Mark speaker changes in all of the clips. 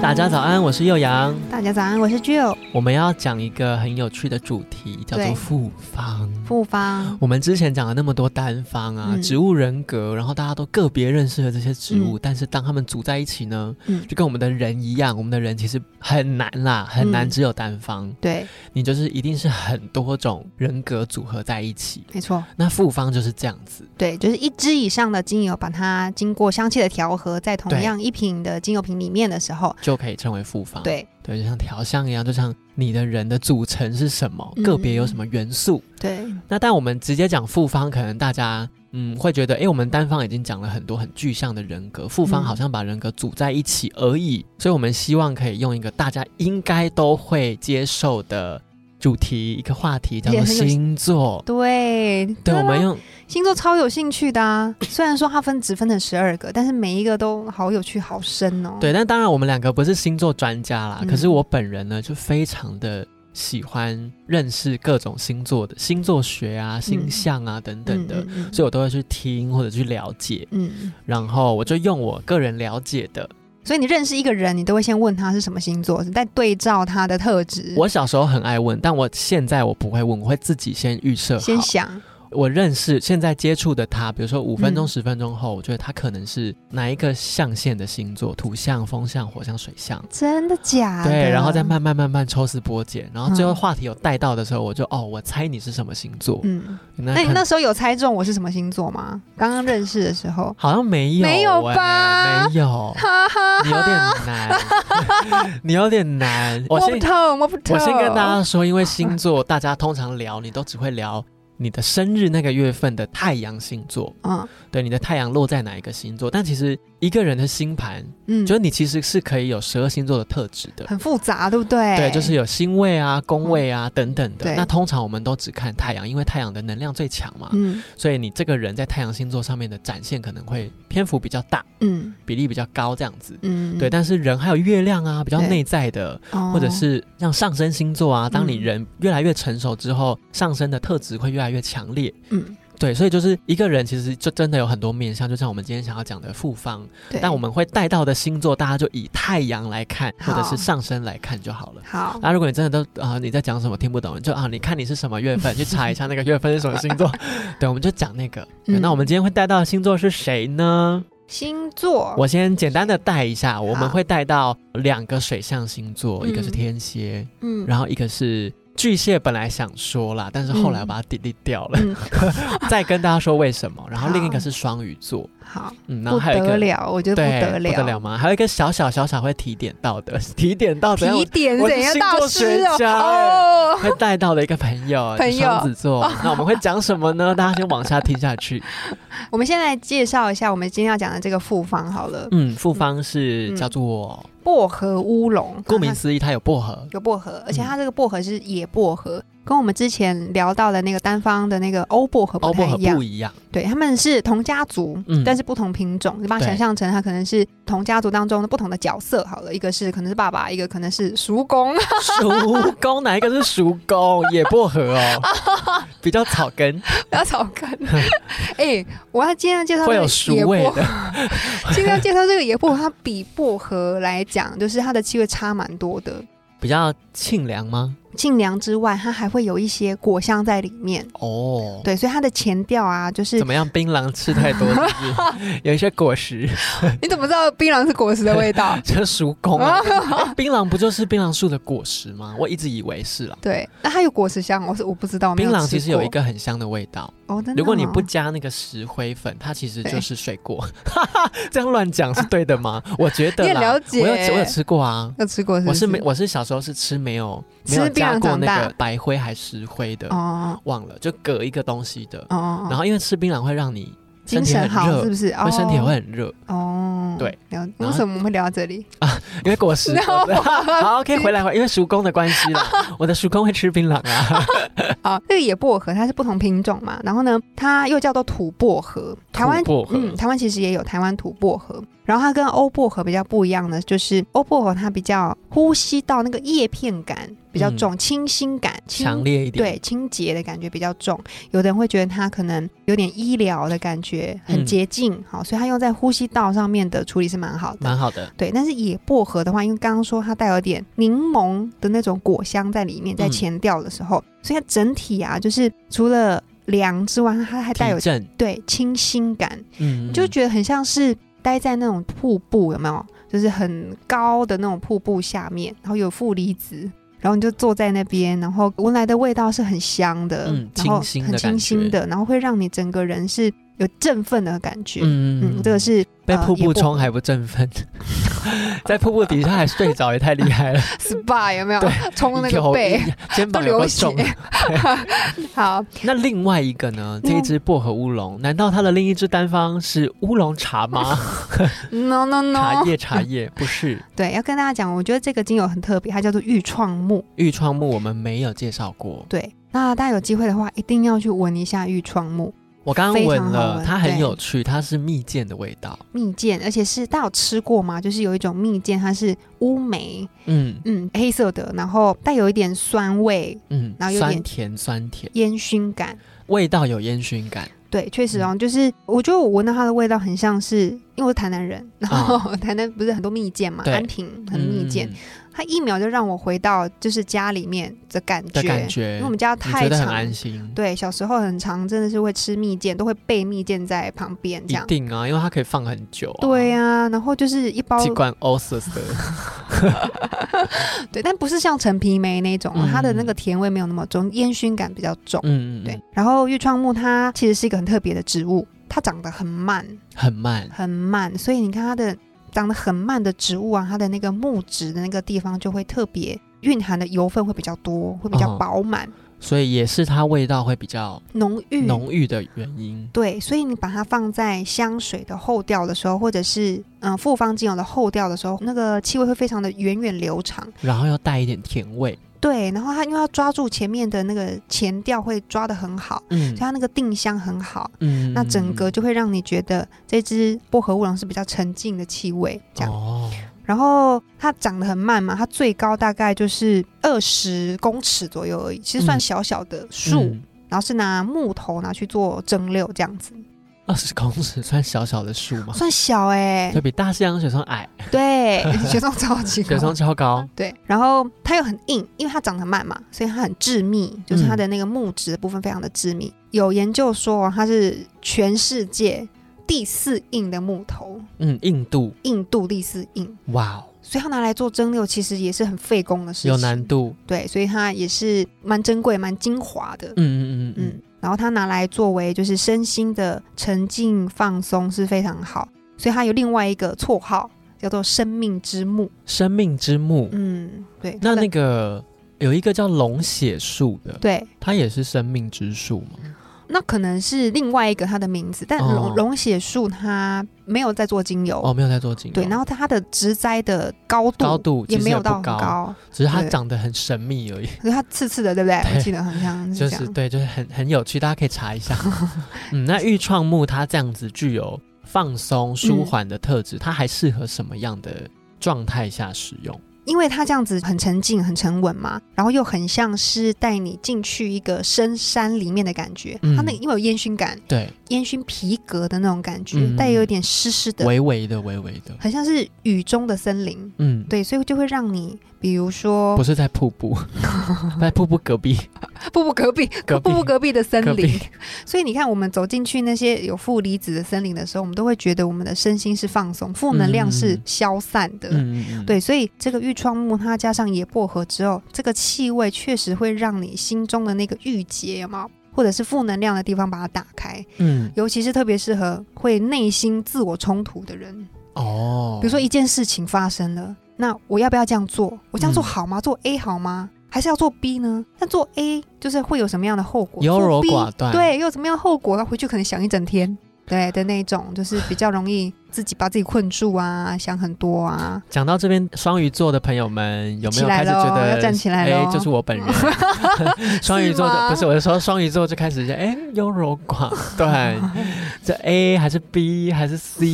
Speaker 1: 大家早安，我是幼阳。
Speaker 2: 大家早安，我是具有
Speaker 1: 我们要讲一个很有趣的主题，叫
Speaker 2: 对
Speaker 1: 做复方。
Speaker 2: 复方，
Speaker 1: 我们之前讲了那么多单方啊，
Speaker 2: 嗯
Speaker 1: 植物人格，然后大家都个别认识了这些植物，但是当他们组在一起呢，
Speaker 2: 嗯
Speaker 1: 就跟我们的人一样，我们的人其实很难啦，很难
Speaker 2: 嗯
Speaker 1: 只有单方，
Speaker 2: 对，
Speaker 1: 你就是一定是很多种人格组合在一起。
Speaker 2: 没错，
Speaker 1: 那复方就是这样子，
Speaker 2: 对，就是一支以上的精油，把它经过香气的调和，在同
Speaker 1: 对
Speaker 2: 样一瓶的精油瓶里面的时候，
Speaker 1: 就可以称为复方。
Speaker 2: 对
Speaker 1: 对，就像调香一样，就像你的人的组成是什么，
Speaker 2: 嗯
Speaker 1: 个别有什么元素。
Speaker 2: 对，
Speaker 1: 那但我们直接讲复方，可能大家嗯会觉得，诶，我们单方已经讲了很多很具象的人格，复方
Speaker 2: 嗯
Speaker 1: 好像把人格组在一起而已。所以我们希望可以用一个大家应该都会接受的主题，一个话题叫
Speaker 2: 也
Speaker 1: 做
Speaker 2: 很有
Speaker 1: 星座。
Speaker 2: 对，
Speaker 1: 对，我们
Speaker 2: 啊
Speaker 1: 用
Speaker 2: 星座超有兴趣的啊。虽然说它分只分成十二个，但是每一个都好有趣，好深哦。
Speaker 1: 对，但当然我们两个不是星座专家啦，
Speaker 2: 嗯
Speaker 1: 可是我本人呢就非常的喜欢认识各种星座的星座学啊、星象啊等等的，
Speaker 2: 嗯，嗯
Speaker 1: 所以我都会去听或者去了解，
Speaker 2: 嗯嗯，
Speaker 1: 然后我就用我个人了解的。
Speaker 2: 所以你认识一个人，你都会先问他是什么星座，再对照他的特质，
Speaker 1: 我小时候很爱问，但我现在我不会问，我会自己先预设好。
Speaker 2: 先想，
Speaker 1: 我认识现在接触的他，比如说五分钟、
Speaker 2: 嗯
Speaker 1: 十分钟后，我觉得他可能是哪一个象限的星座，土象、风象、火象、水象。
Speaker 2: 真的假的？
Speaker 1: 对，然后再慢慢慢慢抽丝剥茧，然后最后
Speaker 2: 嗯
Speaker 1: 话题有带到的时候，我就哦，我猜你是什么星座？
Speaker 2: 嗯，
Speaker 1: 那
Speaker 2: 那你
Speaker 1: 可
Speaker 2: 那时候有猜中我是什么星座吗？刚刚认识的时候，
Speaker 1: 好像没有欸、哎
Speaker 2: 没有吧
Speaker 1: 没有，
Speaker 2: 哈哈
Speaker 1: 你有点
Speaker 2: 哈，
Speaker 1: 难， 你有点难。我
Speaker 2: 摸不
Speaker 1: 先
Speaker 2: 透，摸不透。
Speaker 1: 我先跟大家说，因为星座大家通常聊，你都只会聊你的生日那个月份的太阳星座，
Speaker 2: 嗯
Speaker 1: 对，你的太阳落在哪一个星座？但其实一个人的星盘，
Speaker 2: 嗯，
Speaker 1: 就是你其实是可以有十二星座的特质的。
Speaker 2: 很复杂，对不对？
Speaker 1: 对，就是有星位啊、宫位啊、等等的。
Speaker 2: 哎嗯对
Speaker 1: 那通常我们都只看太阳，因为太阳的能量最强嘛，
Speaker 2: 嗯
Speaker 1: 所以你这个人在太阳星座上面的展现可能会篇幅比较大，
Speaker 2: 嗯
Speaker 1: 比例比较高这样子。
Speaker 2: 嗯，
Speaker 1: 对，但是人还有月亮啊，比较
Speaker 2: 对
Speaker 1: 内在的，
Speaker 2: 哦
Speaker 1: 或者是像上升星座啊，当你
Speaker 2: 嗯
Speaker 1: 人越来越成熟之后，上升的特质会越来越强烈。
Speaker 2: 嗯，
Speaker 1: 对，所以就是一个人其实就真的有很多面向，就像我们今天想要讲的复方，
Speaker 2: 对，
Speaker 1: 但我们会带到的星座，大家就以太阳来看，或者
Speaker 2: 好
Speaker 1: 是上升来看就好了。
Speaker 2: 好，
Speaker 1: 那、如果你真的都啊、你在讲什么听不懂，你就啊，你看你是什么月份，去查一下那个月份是什么星 座。对，我们就讲那个。对
Speaker 2: 嗯
Speaker 1: 那我们今天会带到的星座是谁呢？
Speaker 2: 星座，
Speaker 1: 我先简单的带一下，我们会带到两个水象星座，一个是
Speaker 2: 嗯
Speaker 1: 天蝎，
Speaker 2: 嗯
Speaker 1: 然后一个是巨蟹。本来想说啦，但是后来我把它 delete 掉了，
Speaker 2: 嗯
Speaker 1: 再跟大家说为什么。然后另一
Speaker 2: 好
Speaker 1: 个是双鱼座，
Speaker 2: 好，
Speaker 1: 嗯， 然后
Speaker 2: 不
Speaker 1: 还有一个
Speaker 2: 得了，我觉得不
Speaker 1: 对
Speaker 2: 得了，
Speaker 1: 不得了吗？还有一个小小小小会提点到的， 提点到怎样
Speaker 2: 提？点
Speaker 1: 啊我是
Speaker 2: 怎样
Speaker 1: 星
Speaker 2: 大
Speaker 1: 座
Speaker 2: 师
Speaker 1: 学
Speaker 2: 哦
Speaker 1: 家
Speaker 2: 哦，
Speaker 1: 会带到的一个朋友，
Speaker 2: 朋友
Speaker 1: 双子座。那我们会讲什么呢？大家先往下听下去。
Speaker 2: 我们先来介绍一下我们今天要讲的这个复方好了，
Speaker 1: 嗯，复方是
Speaker 2: 嗯
Speaker 1: 叫做，
Speaker 2: 薄荷乌龙，
Speaker 1: 顾名
Speaker 2: 它
Speaker 1: 思义，它有 薄荷。
Speaker 2: 有薄荷，而且它这个薄荷是野薄荷，跟我们之前聊到的那个单方的那个欧薄荷
Speaker 1: 欧
Speaker 2: 不
Speaker 1: 薄
Speaker 2: 太
Speaker 1: 荷
Speaker 2: 一样
Speaker 1: 不，一样，
Speaker 2: 对，他们是同家族，
Speaker 1: 嗯
Speaker 2: 但是不同品种，你把它
Speaker 1: 对
Speaker 2: 想象成它可能是同家族当中的不同的角色好了，一个是可能是爸爸，一个可能是叔公，
Speaker 1: 熟公哪一个是熟公？野薄荷 哦，比较草根，
Speaker 2: 不要草根。 哎、我要今天要介绍
Speaker 1: 会有
Speaker 2: 这
Speaker 1: 熟
Speaker 2: 个野
Speaker 1: 味
Speaker 2: 薄荷，
Speaker 1: 的。
Speaker 2: 今天要介绍这个野薄荷，它比薄荷来讲，就是它的气味差蛮多的。
Speaker 1: 比较清凉吗？
Speaker 2: 清凉之外，它还会有一些果香在里面，
Speaker 1: 哦，
Speaker 2: 对，所以它的前调啊，就是
Speaker 1: 怎么样？槟榔吃太多是 不是？有一些果实，？
Speaker 2: 你怎么知道槟榔是果实的味道
Speaker 1: 这熟公 啊。哎槟榔不就是槟榔树的果实吗？我一直以为是啦。
Speaker 2: 对，那它有果实香，我是我不知道。我哦没
Speaker 1: 槟榔
Speaker 2: 吃
Speaker 1: 其实有
Speaker 2: 过
Speaker 1: 一个很香的味道，
Speaker 2: 哦，真的
Speaker 1: 如果你
Speaker 2: 哦
Speaker 1: 不加那个石灰粉，它其实
Speaker 2: 对
Speaker 1: 就是水果。 这样乱讲是对的 吗？我觉得
Speaker 2: 你也
Speaker 1: 啦
Speaker 2: 了解
Speaker 1: 我有吃我有吃过啊。
Speaker 2: 有吃过是不
Speaker 1: 我
Speaker 2: 是
Speaker 1: 是没，我是小时候是吃没有没
Speaker 2: 吃
Speaker 1: 有
Speaker 2: 槟榔
Speaker 1: 加过
Speaker 2: 长
Speaker 1: 那
Speaker 2: 大
Speaker 1: 个白灰还石灰的，
Speaker 2: 哦
Speaker 1: 忘了就隔一个东西的。
Speaker 2: 哦，
Speaker 1: 然后因为吃槟榔会让你身
Speaker 2: 精
Speaker 1: 体很
Speaker 2: 神好
Speaker 1: 热
Speaker 2: 是不，是？
Speaker 1: 会
Speaker 2: 哦，
Speaker 1: 身体会很热，
Speaker 2: 哦，
Speaker 1: 对
Speaker 2: 聊
Speaker 1: 然
Speaker 2: 为
Speaker 1: 后
Speaker 2: 什么我们会聊到这里？
Speaker 1: 因为果实。
Speaker 2: No
Speaker 1: 好，OK，回来回来，因为叔公的关系啦，
Speaker 2: 哦
Speaker 1: 我的叔公会吃槟榔啊。
Speaker 2: 啊，那个野薄荷它是不同品种嘛，然后呢，它又叫做土薄荷。台湾
Speaker 1: 土薄荷
Speaker 2: 嗯，台湾其实也有台湾土薄荷。然后它跟欧薄荷比较不一样的，就是欧薄荷它比较呼吸到那个叶片感比较重，清新感、清
Speaker 1: 嗯强烈一点，
Speaker 2: 对清洁的感觉比较重。有的人会觉得它可能有点医疗的感觉，很
Speaker 1: 嗯
Speaker 2: 洁净，好，所以它用在呼吸道上面的处理是蛮好的。
Speaker 1: 蛮好的。
Speaker 2: 对，但是野薄荷的话，因为刚刚说它带有点柠檬的那种果香在里面，在
Speaker 1: 嗯
Speaker 2: 前调的时候，所以它整体啊，就是除了凉之外，它还带有
Speaker 1: 提振，
Speaker 2: 对清新感，
Speaker 1: 嗯，嗯
Speaker 2: 就觉得很像是待在那种瀑布，有没有？就是很高的那种瀑布下面，然后有负离子。然后你就坐在那边，然后闻来的味道是很香的，
Speaker 1: 嗯
Speaker 2: 然后
Speaker 1: 清新的
Speaker 2: 很清
Speaker 1: 感
Speaker 2: 新
Speaker 1: 觉
Speaker 2: 的，然后会让你整个人是有振奋的感觉。
Speaker 1: 嗯
Speaker 2: 嗯，这个是
Speaker 1: 被
Speaker 2: 呃
Speaker 1: 瀑
Speaker 2: 野
Speaker 1: 布
Speaker 2: 薄
Speaker 1: 冲
Speaker 2: 荷
Speaker 1: 还不 振奋，在瀑布底下还睡着也太厉害了，
Speaker 2: SPA 有没有
Speaker 1: 对？
Speaker 2: 冲那个
Speaker 1: 有
Speaker 2: 背，
Speaker 1: 肩
Speaker 2: 都
Speaker 1: 膀有
Speaker 2: 流
Speaker 1: 个
Speaker 2: 血嗯
Speaker 1: 肿。。
Speaker 2: 好，
Speaker 1: 那另外一个呢？
Speaker 2: 另
Speaker 1: 这
Speaker 2: 外
Speaker 1: 一只薄荷乌龙，难道它的另一只单方是乌龙茶吗？
Speaker 2: no no
Speaker 1: 茶
Speaker 2: no，
Speaker 1: 叶茶叶不是。
Speaker 2: 对，要跟大家讲，我觉得这个精油很特别，它叫做愈创木。
Speaker 1: 玉窗木我们没有介绍过，
Speaker 2: 对，那大家有机会的话，一定要去闻一下愈创木
Speaker 1: 我刚刚
Speaker 2: 非
Speaker 1: 闻
Speaker 2: 常好
Speaker 1: 了，
Speaker 2: 闻
Speaker 1: 它很
Speaker 2: 对
Speaker 1: 有趣，它是蜜饯的味道。
Speaker 2: 蜜饯，而且是大家有吃过吗？就是有一种蜜饯，它是乌梅，
Speaker 1: 嗯
Speaker 2: 嗯，黑色的，然后带有一点酸味、
Speaker 1: 嗯
Speaker 2: 然后，有
Speaker 1: 酸
Speaker 2: 点
Speaker 1: 甜酸甜，
Speaker 2: 烟熏感。
Speaker 1: 味道有烟熏感。
Speaker 2: 对，确实哦，
Speaker 1: 嗯
Speaker 2: 就是我觉得我闻到它的味道很像是，因为我是台南 人，然后台南不是很多蜜饯嘛，
Speaker 1: 啊对
Speaker 2: 安平很蜜饯，
Speaker 1: 嗯
Speaker 2: 它一秒就让我回到就是家里面的感觉，
Speaker 1: 的感觉，
Speaker 2: 因为我们家
Speaker 1: 你觉
Speaker 2: 太
Speaker 1: 得很
Speaker 2: 常
Speaker 1: 安心。
Speaker 2: 对，小时候很常真的是会吃蜜饯，都会备蜜饯在旁边这
Speaker 1: 一
Speaker 2: 样。
Speaker 1: 定啊，因为它可以放很久、啊。
Speaker 2: 对啊，然后就是一包
Speaker 1: 几罐 o s s 的，
Speaker 2: 对，但不是像陈皮梅那种、啊，它的那
Speaker 1: 嗯
Speaker 2: 个甜味没有那么重，烟熏感比较重。
Speaker 1: 嗯，嗯
Speaker 2: 对
Speaker 1: 嗯，，
Speaker 2: 然后玉创木它其实是一个很特别的植物，它长得很慢，
Speaker 1: 很慢，
Speaker 2: 很慢，所以你看它的长得很慢的植物啊，它的那个木质的那个地方就会特别蕴含的油分会比较多，会比较
Speaker 1: 哦
Speaker 2: 饱满、
Speaker 1: 所以也是它味道会比较
Speaker 2: 浓郁。
Speaker 1: 浓郁的原因。
Speaker 2: 对，所以你把它放在香水的后调的时候，或者是嗯复方精油的后调的时候，那个气味会非常的源远流长。
Speaker 1: 然后要带一点甜味，
Speaker 2: 对，然后它因为要抓住前面的那个前调，会抓得很好，
Speaker 1: 嗯
Speaker 2: 所以它那个定香很好，
Speaker 1: 嗯
Speaker 2: 那整个就会让你觉得这支薄荷乌龙是比较沉静的气味这样。
Speaker 1: 哦，
Speaker 2: 然后它长得很慢嘛，它最高大概就是二十公尺左右而已，其实算
Speaker 1: 嗯
Speaker 2: 小小的树，
Speaker 1: 嗯
Speaker 2: 然后是拿木头拿去做蒸馏这样子，
Speaker 1: 二十公尺算小小的树吗？
Speaker 2: 算小哎、
Speaker 1: 就比大西洋雪松矮，
Speaker 2: 对，雪松超级高
Speaker 1: 雪松超高，
Speaker 2: 对，然后它又很硬，因为它长得慢嘛，所以它很致密，就是它的
Speaker 1: 嗯
Speaker 2: 那个木质的部分非常的致密。有研究说它是全世界第四硬的木头，
Speaker 1: 嗯，硬度，
Speaker 2: 硬度第四硬，
Speaker 1: 哇哦，
Speaker 2: 所以它拿来做蒸馏其实也是很费工的事情，
Speaker 1: 有难。度，
Speaker 2: 对，所以它也是蛮珍贵、蛮精华的。
Speaker 1: 嗯嗯嗯
Speaker 2: 嗯
Speaker 1: 嗯，，
Speaker 2: 然后它拿来作为就是身心的沉静放松是非常好，所以它有另外一个绰号叫做“生命之木”。
Speaker 1: 生命之木，
Speaker 2: 嗯，对。它
Speaker 1: 那那
Speaker 2: 的
Speaker 1: 个有一个叫龙血树的，
Speaker 2: 对，
Speaker 1: 它也是生命之树吗？
Speaker 2: 那可能是另外一个它的名字，但龙
Speaker 1: 哦
Speaker 2: 龙血树它没有在做精油，
Speaker 1: 哦，没有在做精油，
Speaker 2: 对，然后它的植栽的高度
Speaker 1: 高度
Speaker 2: 也
Speaker 1: 其实
Speaker 2: 没
Speaker 1: 也
Speaker 2: 有
Speaker 1: 不
Speaker 2: 到很
Speaker 1: 高，
Speaker 2: 高，
Speaker 1: 只是它
Speaker 2: 对
Speaker 1: 长得很神秘而已。
Speaker 2: 可是它刺刺的，对不对？
Speaker 1: 对
Speaker 2: 我记得好像
Speaker 1: 就是
Speaker 2: 这
Speaker 1: 是
Speaker 2: 样。
Speaker 1: 对，就是很很有趣，大家可以 查一下。嗯，那愈创木它这样子具有放松
Speaker 2: 嗯
Speaker 1: 舒缓的特质，它还适合什么样的状态下使用？
Speaker 2: 因为它这样子很沉静、很沉稳嘛，然后又很像是带你进去一个深山里面的感觉。
Speaker 1: 嗯
Speaker 2: 它那个因为有烟熏感，
Speaker 1: 对，
Speaker 2: 烟熏皮革的那种感觉，
Speaker 1: 嗯
Speaker 2: 带有一点湿湿的，
Speaker 1: 微微的，微微的，
Speaker 2: 很像是雨中的森林。
Speaker 1: 嗯，
Speaker 2: 对，所以就会让你，比如说
Speaker 1: 不是在瀑布， 在瀑布隔壁，
Speaker 2: 瀑布隔壁，
Speaker 1: 隔壁
Speaker 2: 瀑布隔壁的森
Speaker 1: 隔
Speaker 2: 林
Speaker 1: 壁。
Speaker 2: 所以你看，我们走进去那些有负离子的森林的时候，我们都会觉得我们的身心是放松，负能量是消散的。
Speaker 1: 嗯嗯嗯，
Speaker 2: 对，所以这个玉窗木它加上野薄荷之后，这个气味确实会让你心中的那个郁结，有没有？或者是负能量的地方把它打开，
Speaker 1: 嗯，
Speaker 2: 尤其是特别适合会内心自我冲突的人。
Speaker 1: 哦，
Speaker 2: 比如说一件事情发生了，那我要不要这样做？我这样做
Speaker 1: 嗯
Speaker 2: 好吗？做 A 好吗？还是要做 B 呢？那做 A 就是会有什么样的后果？
Speaker 1: 优
Speaker 2: 做
Speaker 1: 柔
Speaker 2: B，
Speaker 1: 寡断，
Speaker 2: 对，又有什么样的后果？那回去可能想一整天，对的那种，就是比较容易自己把自己困住啊，想很多啊。
Speaker 1: 讲到这边，双鱼座的朋友们有没
Speaker 2: 起
Speaker 1: 有
Speaker 2: 来
Speaker 1: 开始
Speaker 2: 咯
Speaker 1: 觉得
Speaker 2: 要站起来
Speaker 1: 哎、
Speaker 2: 咯
Speaker 1: 就是我本人。 双鱼座
Speaker 2: 是
Speaker 1: 的
Speaker 2: 吗
Speaker 1: 不是，我是说双鱼座就开始觉得哎优柔寡 断，这 A 还是 B 还是 C，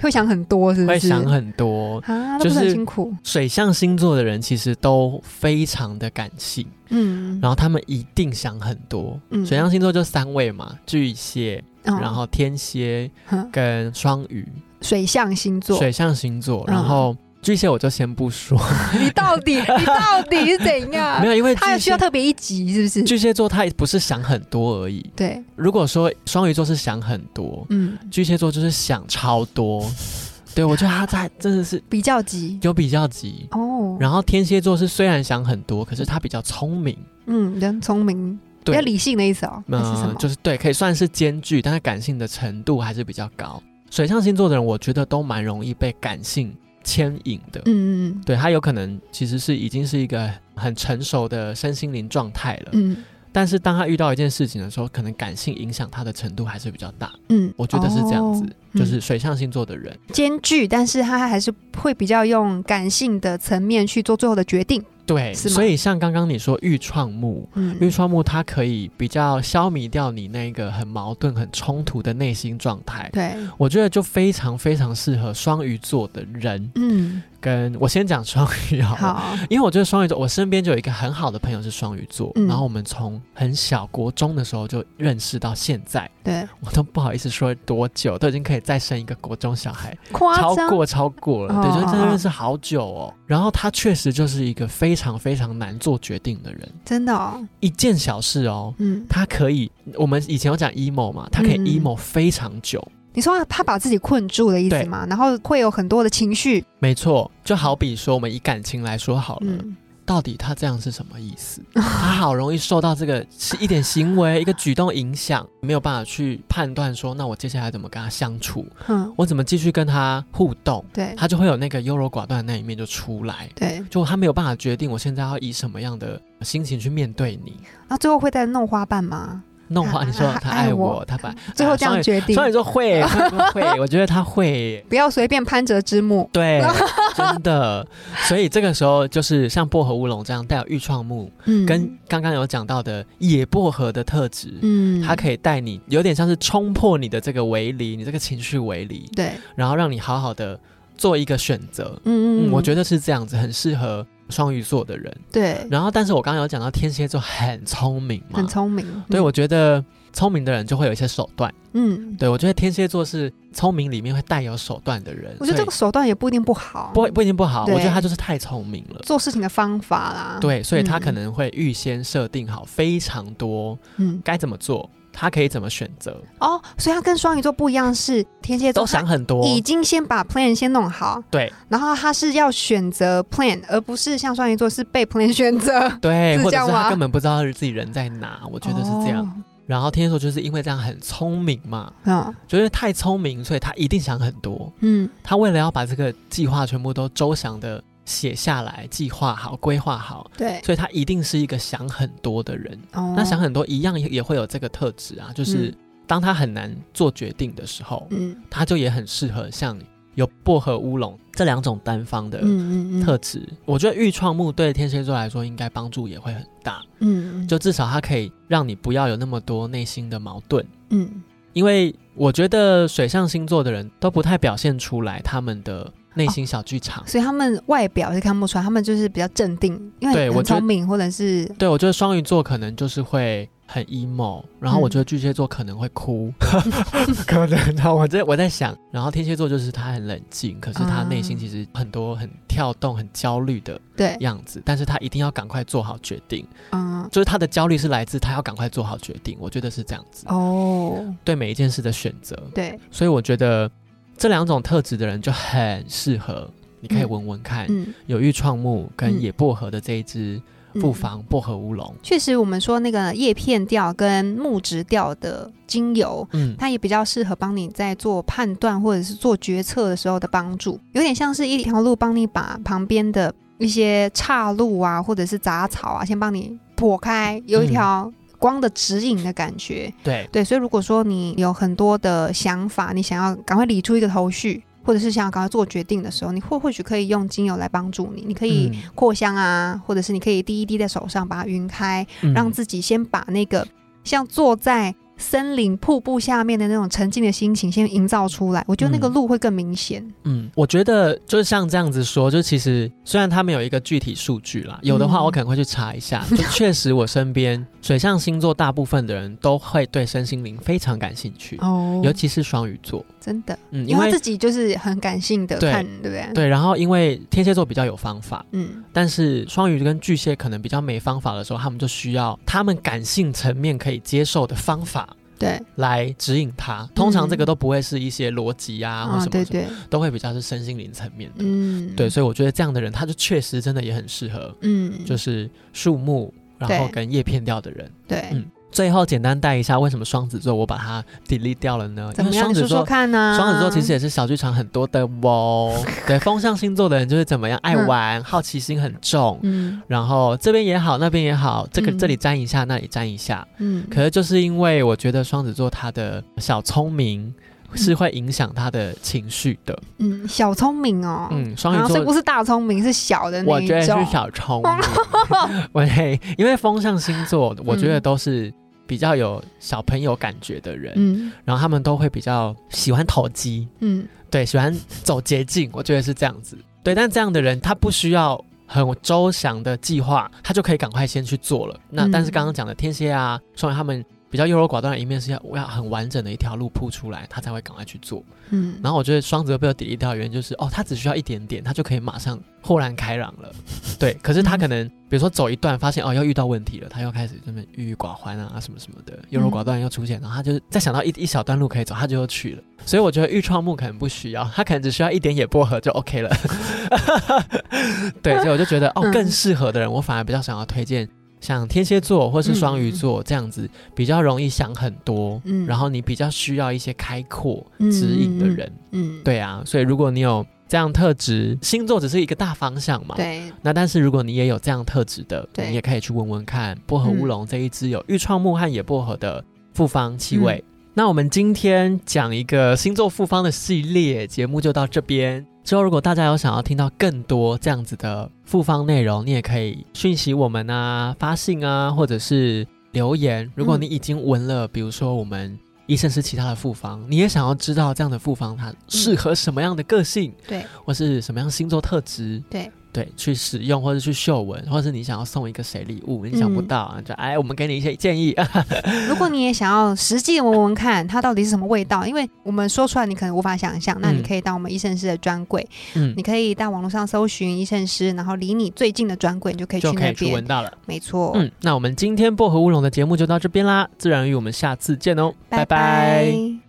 Speaker 2: 会想很多，是不是？
Speaker 1: 会想很多。
Speaker 2: 啊，那不是
Speaker 1: 就
Speaker 2: 很
Speaker 1: 是
Speaker 2: 辛苦？
Speaker 1: 水象星座的人其实都非常的感性，
Speaker 2: 嗯，
Speaker 1: 然后他们一定想很多。
Speaker 2: 嗯
Speaker 1: 水象星座就三位嘛，巨蟹，
Speaker 2: 哦
Speaker 1: 然后天蝎
Speaker 2: 哼
Speaker 1: 跟双鱼，
Speaker 2: 水象星座，
Speaker 1: 水象星座。
Speaker 2: 嗯
Speaker 1: 然后巨蟹我就先不说，
Speaker 2: 你到底你到底是怎样
Speaker 1: 没？有，因为
Speaker 2: 他有
Speaker 1: 巨
Speaker 2: 需要
Speaker 1: 蟹
Speaker 2: 特别一集，是不是？
Speaker 1: 巨蟹座他也不是想很多而已。
Speaker 2: 对，
Speaker 1: 如果说双鱼座是想很多，
Speaker 2: 嗯，
Speaker 1: 巨蟹座就是想超多。对我觉得他在真的是
Speaker 2: 比较急
Speaker 1: 有比较急。
Speaker 2: 哦，
Speaker 1: 然后天蝎座是虽然想很多，可是他比较聪明。
Speaker 2: 嗯，人聪明，比
Speaker 1: 对
Speaker 2: 较，理性的意思哦，还是什
Speaker 1: 嗯，
Speaker 2: 么？
Speaker 1: 就是对，可以算是兼具，但是感性的程度还是比较高。水象星座的人，我觉得都蛮容易被感性牵引的。
Speaker 2: 嗯嗯
Speaker 1: 对他有可能其实是已经是一个很成熟的身心灵状态了，
Speaker 2: 嗯
Speaker 1: 但是当他遇到一件事情的时候，可能感性影响他的程度还是比较大。
Speaker 2: 嗯，
Speaker 1: 我觉得是这样子，
Speaker 2: 哦
Speaker 1: 就是水象星座的人，
Speaker 2: 兼具，但是他还是会比较用感性的层面去做最后的决定。
Speaker 1: 对，
Speaker 2: 是吗
Speaker 1: 所以像刚刚你说愈创木，
Speaker 2: 嗯
Speaker 1: 愈创木它可以比较消弭掉你那个很矛盾、很冲突的内心状态。
Speaker 2: 对，
Speaker 1: 我觉得就非常非常适合双鱼座的人，
Speaker 2: 嗯，
Speaker 1: 跟我先讲双鱼好了
Speaker 2: 好，
Speaker 1: 因为我觉得双鱼座，我身边就有一个很好的朋友是双鱼座，
Speaker 2: 嗯
Speaker 1: 然后我们从很小国中的时候就认识到现在，
Speaker 2: 对，
Speaker 1: 我都不好意思说多久，都已经可以再生一个国中小孩，
Speaker 2: 夸
Speaker 1: 超
Speaker 2: 张，
Speaker 1: 过超过了，
Speaker 2: 哦
Speaker 1: 对，
Speaker 2: 哦
Speaker 1: 就真的
Speaker 2: 哦
Speaker 1: 认识好久哦。然后他确实就是一个非常非常难做决定的人，
Speaker 2: 真的哦，
Speaker 1: 一件小事哦，
Speaker 2: 嗯，
Speaker 1: 他可以，我们以前有讲 emo 嘛，他可以
Speaker 2: 嗯
Speaker 1: emo 非常久，
Speaker 2: 你说他把自己困住的意思
Speaker 1: 对
Speaker 2: 嘛，然后会有很多的情绪，
Speaker 1: 没错，就好比说我们以感情来说好了，
Speaker 2: 嗯，
Speaker 1: 到底他这样是什么意思？他好容易受到这个是一点行为、一个举动影响，没有办法去判断说，那我接下来怎么跟他相处，
Speaker 2: 哼，
Speaker 1: 我怎么继续跟他互动，
Speaker 2: 对，
Speaker 1: 他就会有那个优柔寡断的那一面就出来，
Speaker 2: 对，
Speaker 1: 就他没有办法决定我现在要以什么样的心情去面对你。
Speaker 2: 那最后会再弄花瓣吗？
Speaker 1: 弄花，
Speaker 2: 他
Speaker 1: 你说
Speaker 2: 他
Speaker 1: 他
Speaker 2: 爱
Speaker 1: 爱
Speaker 2: 我
Speaker 1: 我，他把啊
Speaker 2: 最后这样决定，
Speaker 1: 双鱼 座会，双鱼座会，我觉得他会。
Speaker 2: 不要随便攀折枝木。
Speaker 1: 对，真的，所以这个时候就是像薄荷乌龙这样带有愈创木，
Speaker 2: 嗯
Speaker 1: 跟刚刚有讲到的野薄荷的特质，
Speaker 2: 嗯
Speaker 1: 它可以带你有点像是冲破你的这个围篱，你这个情绪围篱，
Speaker 2: 对，
Speaker 1: 然后让你好好的做一个选择。
Speaker 2: 嗯
Speaker 1: 嗯，我觉
Speaker 2: 得
Speaker 1: 得是这样子，很适合双鱼座的人。
Speaker 2: 对，
Speaker 1: 然后，但是我刚刚有讲到天蝎座很聪明嘛，
Speaker 2: 很聪明。
Speaker 1: 对，
Speaker 2: 嗯
Speaker 1: 我觉得聪明的人就会有一些手段。
Speaker 2: 嗯，
Speaker 1: 对我觉得天蝎座是聪明里面会带有手段的人，
Speaker 2: 我觉得这
Speaker 1: 所以
Speaker 2: 个手段也不一定不好，
Speaker 1: 不不一定不好，我
Speaker 2: 对
Speaker 1: 觉得他就是太聪明了。
Speaker 2: 做事情的方法啦。，
Speaker 1: 对，所以他
Speaker 2: 嗯
Speaker 1: 可能会预先设定好非常多
Speaker 2: 嗯，
Speaker 1: 该怎么做，他可以怎么选择，
Speaker 2: 哦，所以他跟双鱼座不一样，是天蝎座
Speaker 1: 都想很多
Speaker 2: 他。已经先把 plan 先弄好，
Speaker 1: 对
Speaker 2: 然后他是要选择 plan，而不是像双鱼座是被 plan 选择。是
Speaker 1: 对，或
Speaker 2: 这
Speaker 1: 者
Speaker 2: 样
Speaker 1: 是他
Speaker 2: 吗
Speaker 1: 根本不知道自己人在哪，我觉得是这样。然后天蝎座就是因为这样很聪明嘛，
Speaker 2: 哦。
Speaker 1: 就是太聪明，所以他一定想很多。
Speaker 2: 嗯
Speaker 1: 他为了要把这个计划全部都周详的写下来、计划好、规划好，
Speaker 2: 嗯，对。
Speaker 1: 所以他一定是一个想很多的人。
Speaker 2: 哦
Speaker 1: 那想很多一样也也会有这个特质啊，就是
Speaker 2: 嗯
Speaker 1: 当他很难做决定的时候，
Speaker 2: 嗯
Speaker 1: 它就也很适合像有薄荷乌龙这两种单方的
Speaker 2: 嗯嗯嗯
Speaker 1: 特质。我觉得愈创木对天蝎座来说应该帮助也会很大，
Speaker 2: 嗯嗯
Speaker 1: 就至少它可以让你不要有那么多内心的矛盾，
Speaker 2: 嗯
Speaker 1: 因为我觉得水象星座的人都不太表现出来他们的内心小剧场。
Speaker 2: 所以他们外表是看不出来，他们就是比较镇定，因为
Speaker 1: 对
Speaker 2: 很
Speaker 1: 我觉得
Speaker 2: 聪明，或者是
Speaker 1: 对，我觉得双鱼座可能就是会很 emo，然后我
Speaker 2: 嗯
Speaker 1: 觉得巨蟹座可能会哭，可能然后我在我在想，然后天蝎座就是他很冷静，可是他内心
Speaker 2: 啊
Speaker 1: 其实很多很跳动、很焦虑的
Speaker 2: 对，
Speaker 1: 样子，但是他一定要赶快做好决定，
Speaker 2: 嗯，
Speaker 1: 就是他的焦虑是来自他要赶快做好决定，我觉得是这样子，
Speaker 2: 哦，
Speaker 1: 对每一件事的选择，
Speaker 2: 对，
Speaker 1: 所以我觉得这两种特质的人就很适合，你可以
Speaker 2: 嗯
Speaker 1: 闻闻看，
Speaker 2: 嗯，
Speaker 1: 有愈创木跟
Speaker 2: 嗯
Speaker 1: 野薄荷的这一支
Speaker 2: 嗯
Speaker 1: 复。方薄荷乌龙，
Speaker 2: 确实，我们说那个叶片调跟木质调的精油，
Speaker 1: 嗯，
Speaker 2: 它也比较适合帮你在做判断或者是做决策的时候的帮助，有点像是一条路帮你把旁边的一些岔路啊，或者是杂草啊，先帮你破开，有一条光的指引的感觉。
Speaker 1: 对，
Speaker 2: 对，所以如果说你有很多的想法，你想要赶快理出一个头绪，或者是想要赶快做决定的时候，你或或许可以用精油来帮助你。你可以
Speaker 1: 嗯
Speaker 2: 扩香啊，或者是你可以滴一滴在手上，把它晕开，
Speaker 1: 嗯
Speaker 2: 让自己先把那个像坐在森林瀑布下面的那种沉静的心情先营造出来。我觉得那个
Speaker 1: 嗯
Speaker 2: 路会更明显。
Speaker 1: 嗯，我觉得就像这样子说，就其实虽然他们有一个具体数据啦，有的话
Speaker 2: 嗯
Speaker 1: 我可能会去查 一下。就确实，我身边水象星座大部分的人都会对身心灵非常感兴趣，
Speaker 2: 哦
Speaker 1: 尤其是双鱼座。
Speaker 2: 真的，
Speaker 1: 嗯，
Speaker 2: 因
Speaker 1: 因
Speaker 2: 为他
Speaker 1: 为
Speaker 2: 自己就是很感性的
Speaker 1: 对
Speaker 2: 看，对不对？，
Speaker 1: 对，然后因为天蝎座比较有方法，
Speaker 2: 嗯，
Speaker 1: 但是双鱼跟巨蟹可能比较没方法的时候，他们就需要他们感性层面可以接受的方法
Speaker 2: 对，
Speaker 1: 来指引他。通常这个都不会是一些逻辑啊、或什么
Speaker 2: 嗯哦对
Speaker 1: 什么
Speaker 2: 对，
Speaker 1: 都会比较是身心灵层面的。
Speaker 2: 嗯，
Speaker 1: 对，，所以我觉得这样的人，他就确实真的也很适合，
Speaker 2: 嗯，
Speaker 1: 就是树木，然后
Speaker 2: 对
Speaker 1: 跟叶片掉的人。
Speaker 2: 对。
Speaker 1: 嗯最后简单带一下，为什么双子座我把它 delete 掉了呢？
Speaker 2: 怎
Speaker 1: 因
Speaker 2: 么
Speaker 1: 为
Speaker 2: 样？
Speaker 1: 双
Speaker 2: 你
Speaker 1: 子
Speaker 2: 说说
Speaker 1: 座。
Speaker 2: 看呢、啊
Speaker 1: 双子座其实也是小剧场很多的哦， 对，风象星座的人就是怎么样爱
Speaker 2: 嗯
Speaker 1: 玩，好奇心很重，
Speaker 2: 嗯
Speaker 1: 然后这边也好，那边也好，这个、
Speaker 2: 嗯
Speaker 1: 这里沾一下，那里沾一下。
Speaker 2: 嗯，
Speaker 1: 可是就是因为我觉得双子座他的小聪明是会影响他的情绪的。
Speaker 2: 嗯，小聪明哦，
Speaker 1: 嗯，双
Speaker 2: 然
Speaker 1: 鱼
Speaker 2: 后所以不
Speaker 1: 座
Speaker 2: 是大聪明，是小的那
Speaker 1: 我
Speaker 2: 一
Speaker 1: 觉得
Speaker 2: 种，
Speaker 1: 是小聪明， 我嘿因为风象星座我觉得
Speaker 2: 嗯
Speaker 1: 都是比较有小朋友感觉的人，
Speaker 2: 嗯
Speaker 1: 然后他们都会比较喜欢投机，
Speaker 2: 嗯
Speaker 1: 对，喜欢走捷径，我觉得是这样子。对，但这样的人他不需要很周详的计划，他就可以赶快先去做了。那、
Speaker 2: 嗯
Speaker 1: 但是刚刚讲的天蝎啊、双鱼他们比较优柔寡断的一面是要我要很完整的一条路铺出来，他才会赶快去做。
Speaker 2: 嗯，
Speaker 1: 然后我觉得双子座被我抵一掉的原因就是，哦，他只需要一点点，他就可以马上豁然开朗 了。对，可是他可能比如说走一段，发现哦要遇到问题了，他又开始这么郁郁寡欢啊什么什么的，优柔寡断又出现，然后他就再想到一一小段路可以走，他就又去了。所以我觉得预创木可能不需要，他可能只需要一点野薄荷就 OK 了。对，所以我就觉得哦，
Speaker 2: 嗯
Speaker 1: 更适合的人，我反而比较想要推荐。像天蝎座或是双鱼座这样子，比较容易想很多，
Speaker 2: 嗯
Speaker 1: 然后你比较需要一些开阔
Speaker 2: 嗯
Speaker 1: 指引的
Speaker 2: 嗯嗯
Speaker 1: 人，
Speaker 2: 嗯
Speaker 1: 对啊，所以如果你有这样特质，星座只是一个大方向嘛。。
Speaker 2: 对
Speaker 1: 那但是如果你也有这样特质的，
Speaker 2: 对嗯
Speaker 1: 你也可以去问问看薄荷乌龙这一支有愈创木和野薄荷的复方气味。
Speaker 2: 嗯
Speaker 1: 那我们今天讲一个星座复方的系列节目就到这边。之后如果大家有想要听到更多这样子的复方内容，你也可以讯息我们啊，发信啊，或者是留言。如果
Speaker 2: 嗯
Speaker 1: 你已经闻了，比如说我们医生是其他的复方，你也想要知道这样的复方它适合什么样的个性，
Speaker 2: 嗯对，
Speaker 1: 或是什么样星座特质，
Speaker 2: 对
Speaker 1: 对，去使用或者去嗅闻，或是你想要送一个谁礼
Speaker 2: 嗯
Speaker 1: 物，你想不到，就哎，我们给你一些建议。
Speaker 2: 如果你也想要实际闻闻看它到底是什么味道，因为我们说出来你可能无法想象，那你
Speaker 1: 嗯
Speaker 2: 可以到我们医生师的专柜，
Speaker 1: 嗯
Speaker 2: 你，可以到网络上搜寻医生师，然后离你最近的专柜，你就可以去
Speaker 1: 就可
Speaker 2: 那
Speaker 1: 以去闻
Speaker 2: 边。
Speaker 1: 到了。
Speaker 2: 没错，
Speaker 1: 嗯，哦那我们今天薄荷乌龙的节目就到这边啦，自然语我们下次见哦，拜拜
Speaker 2: 拜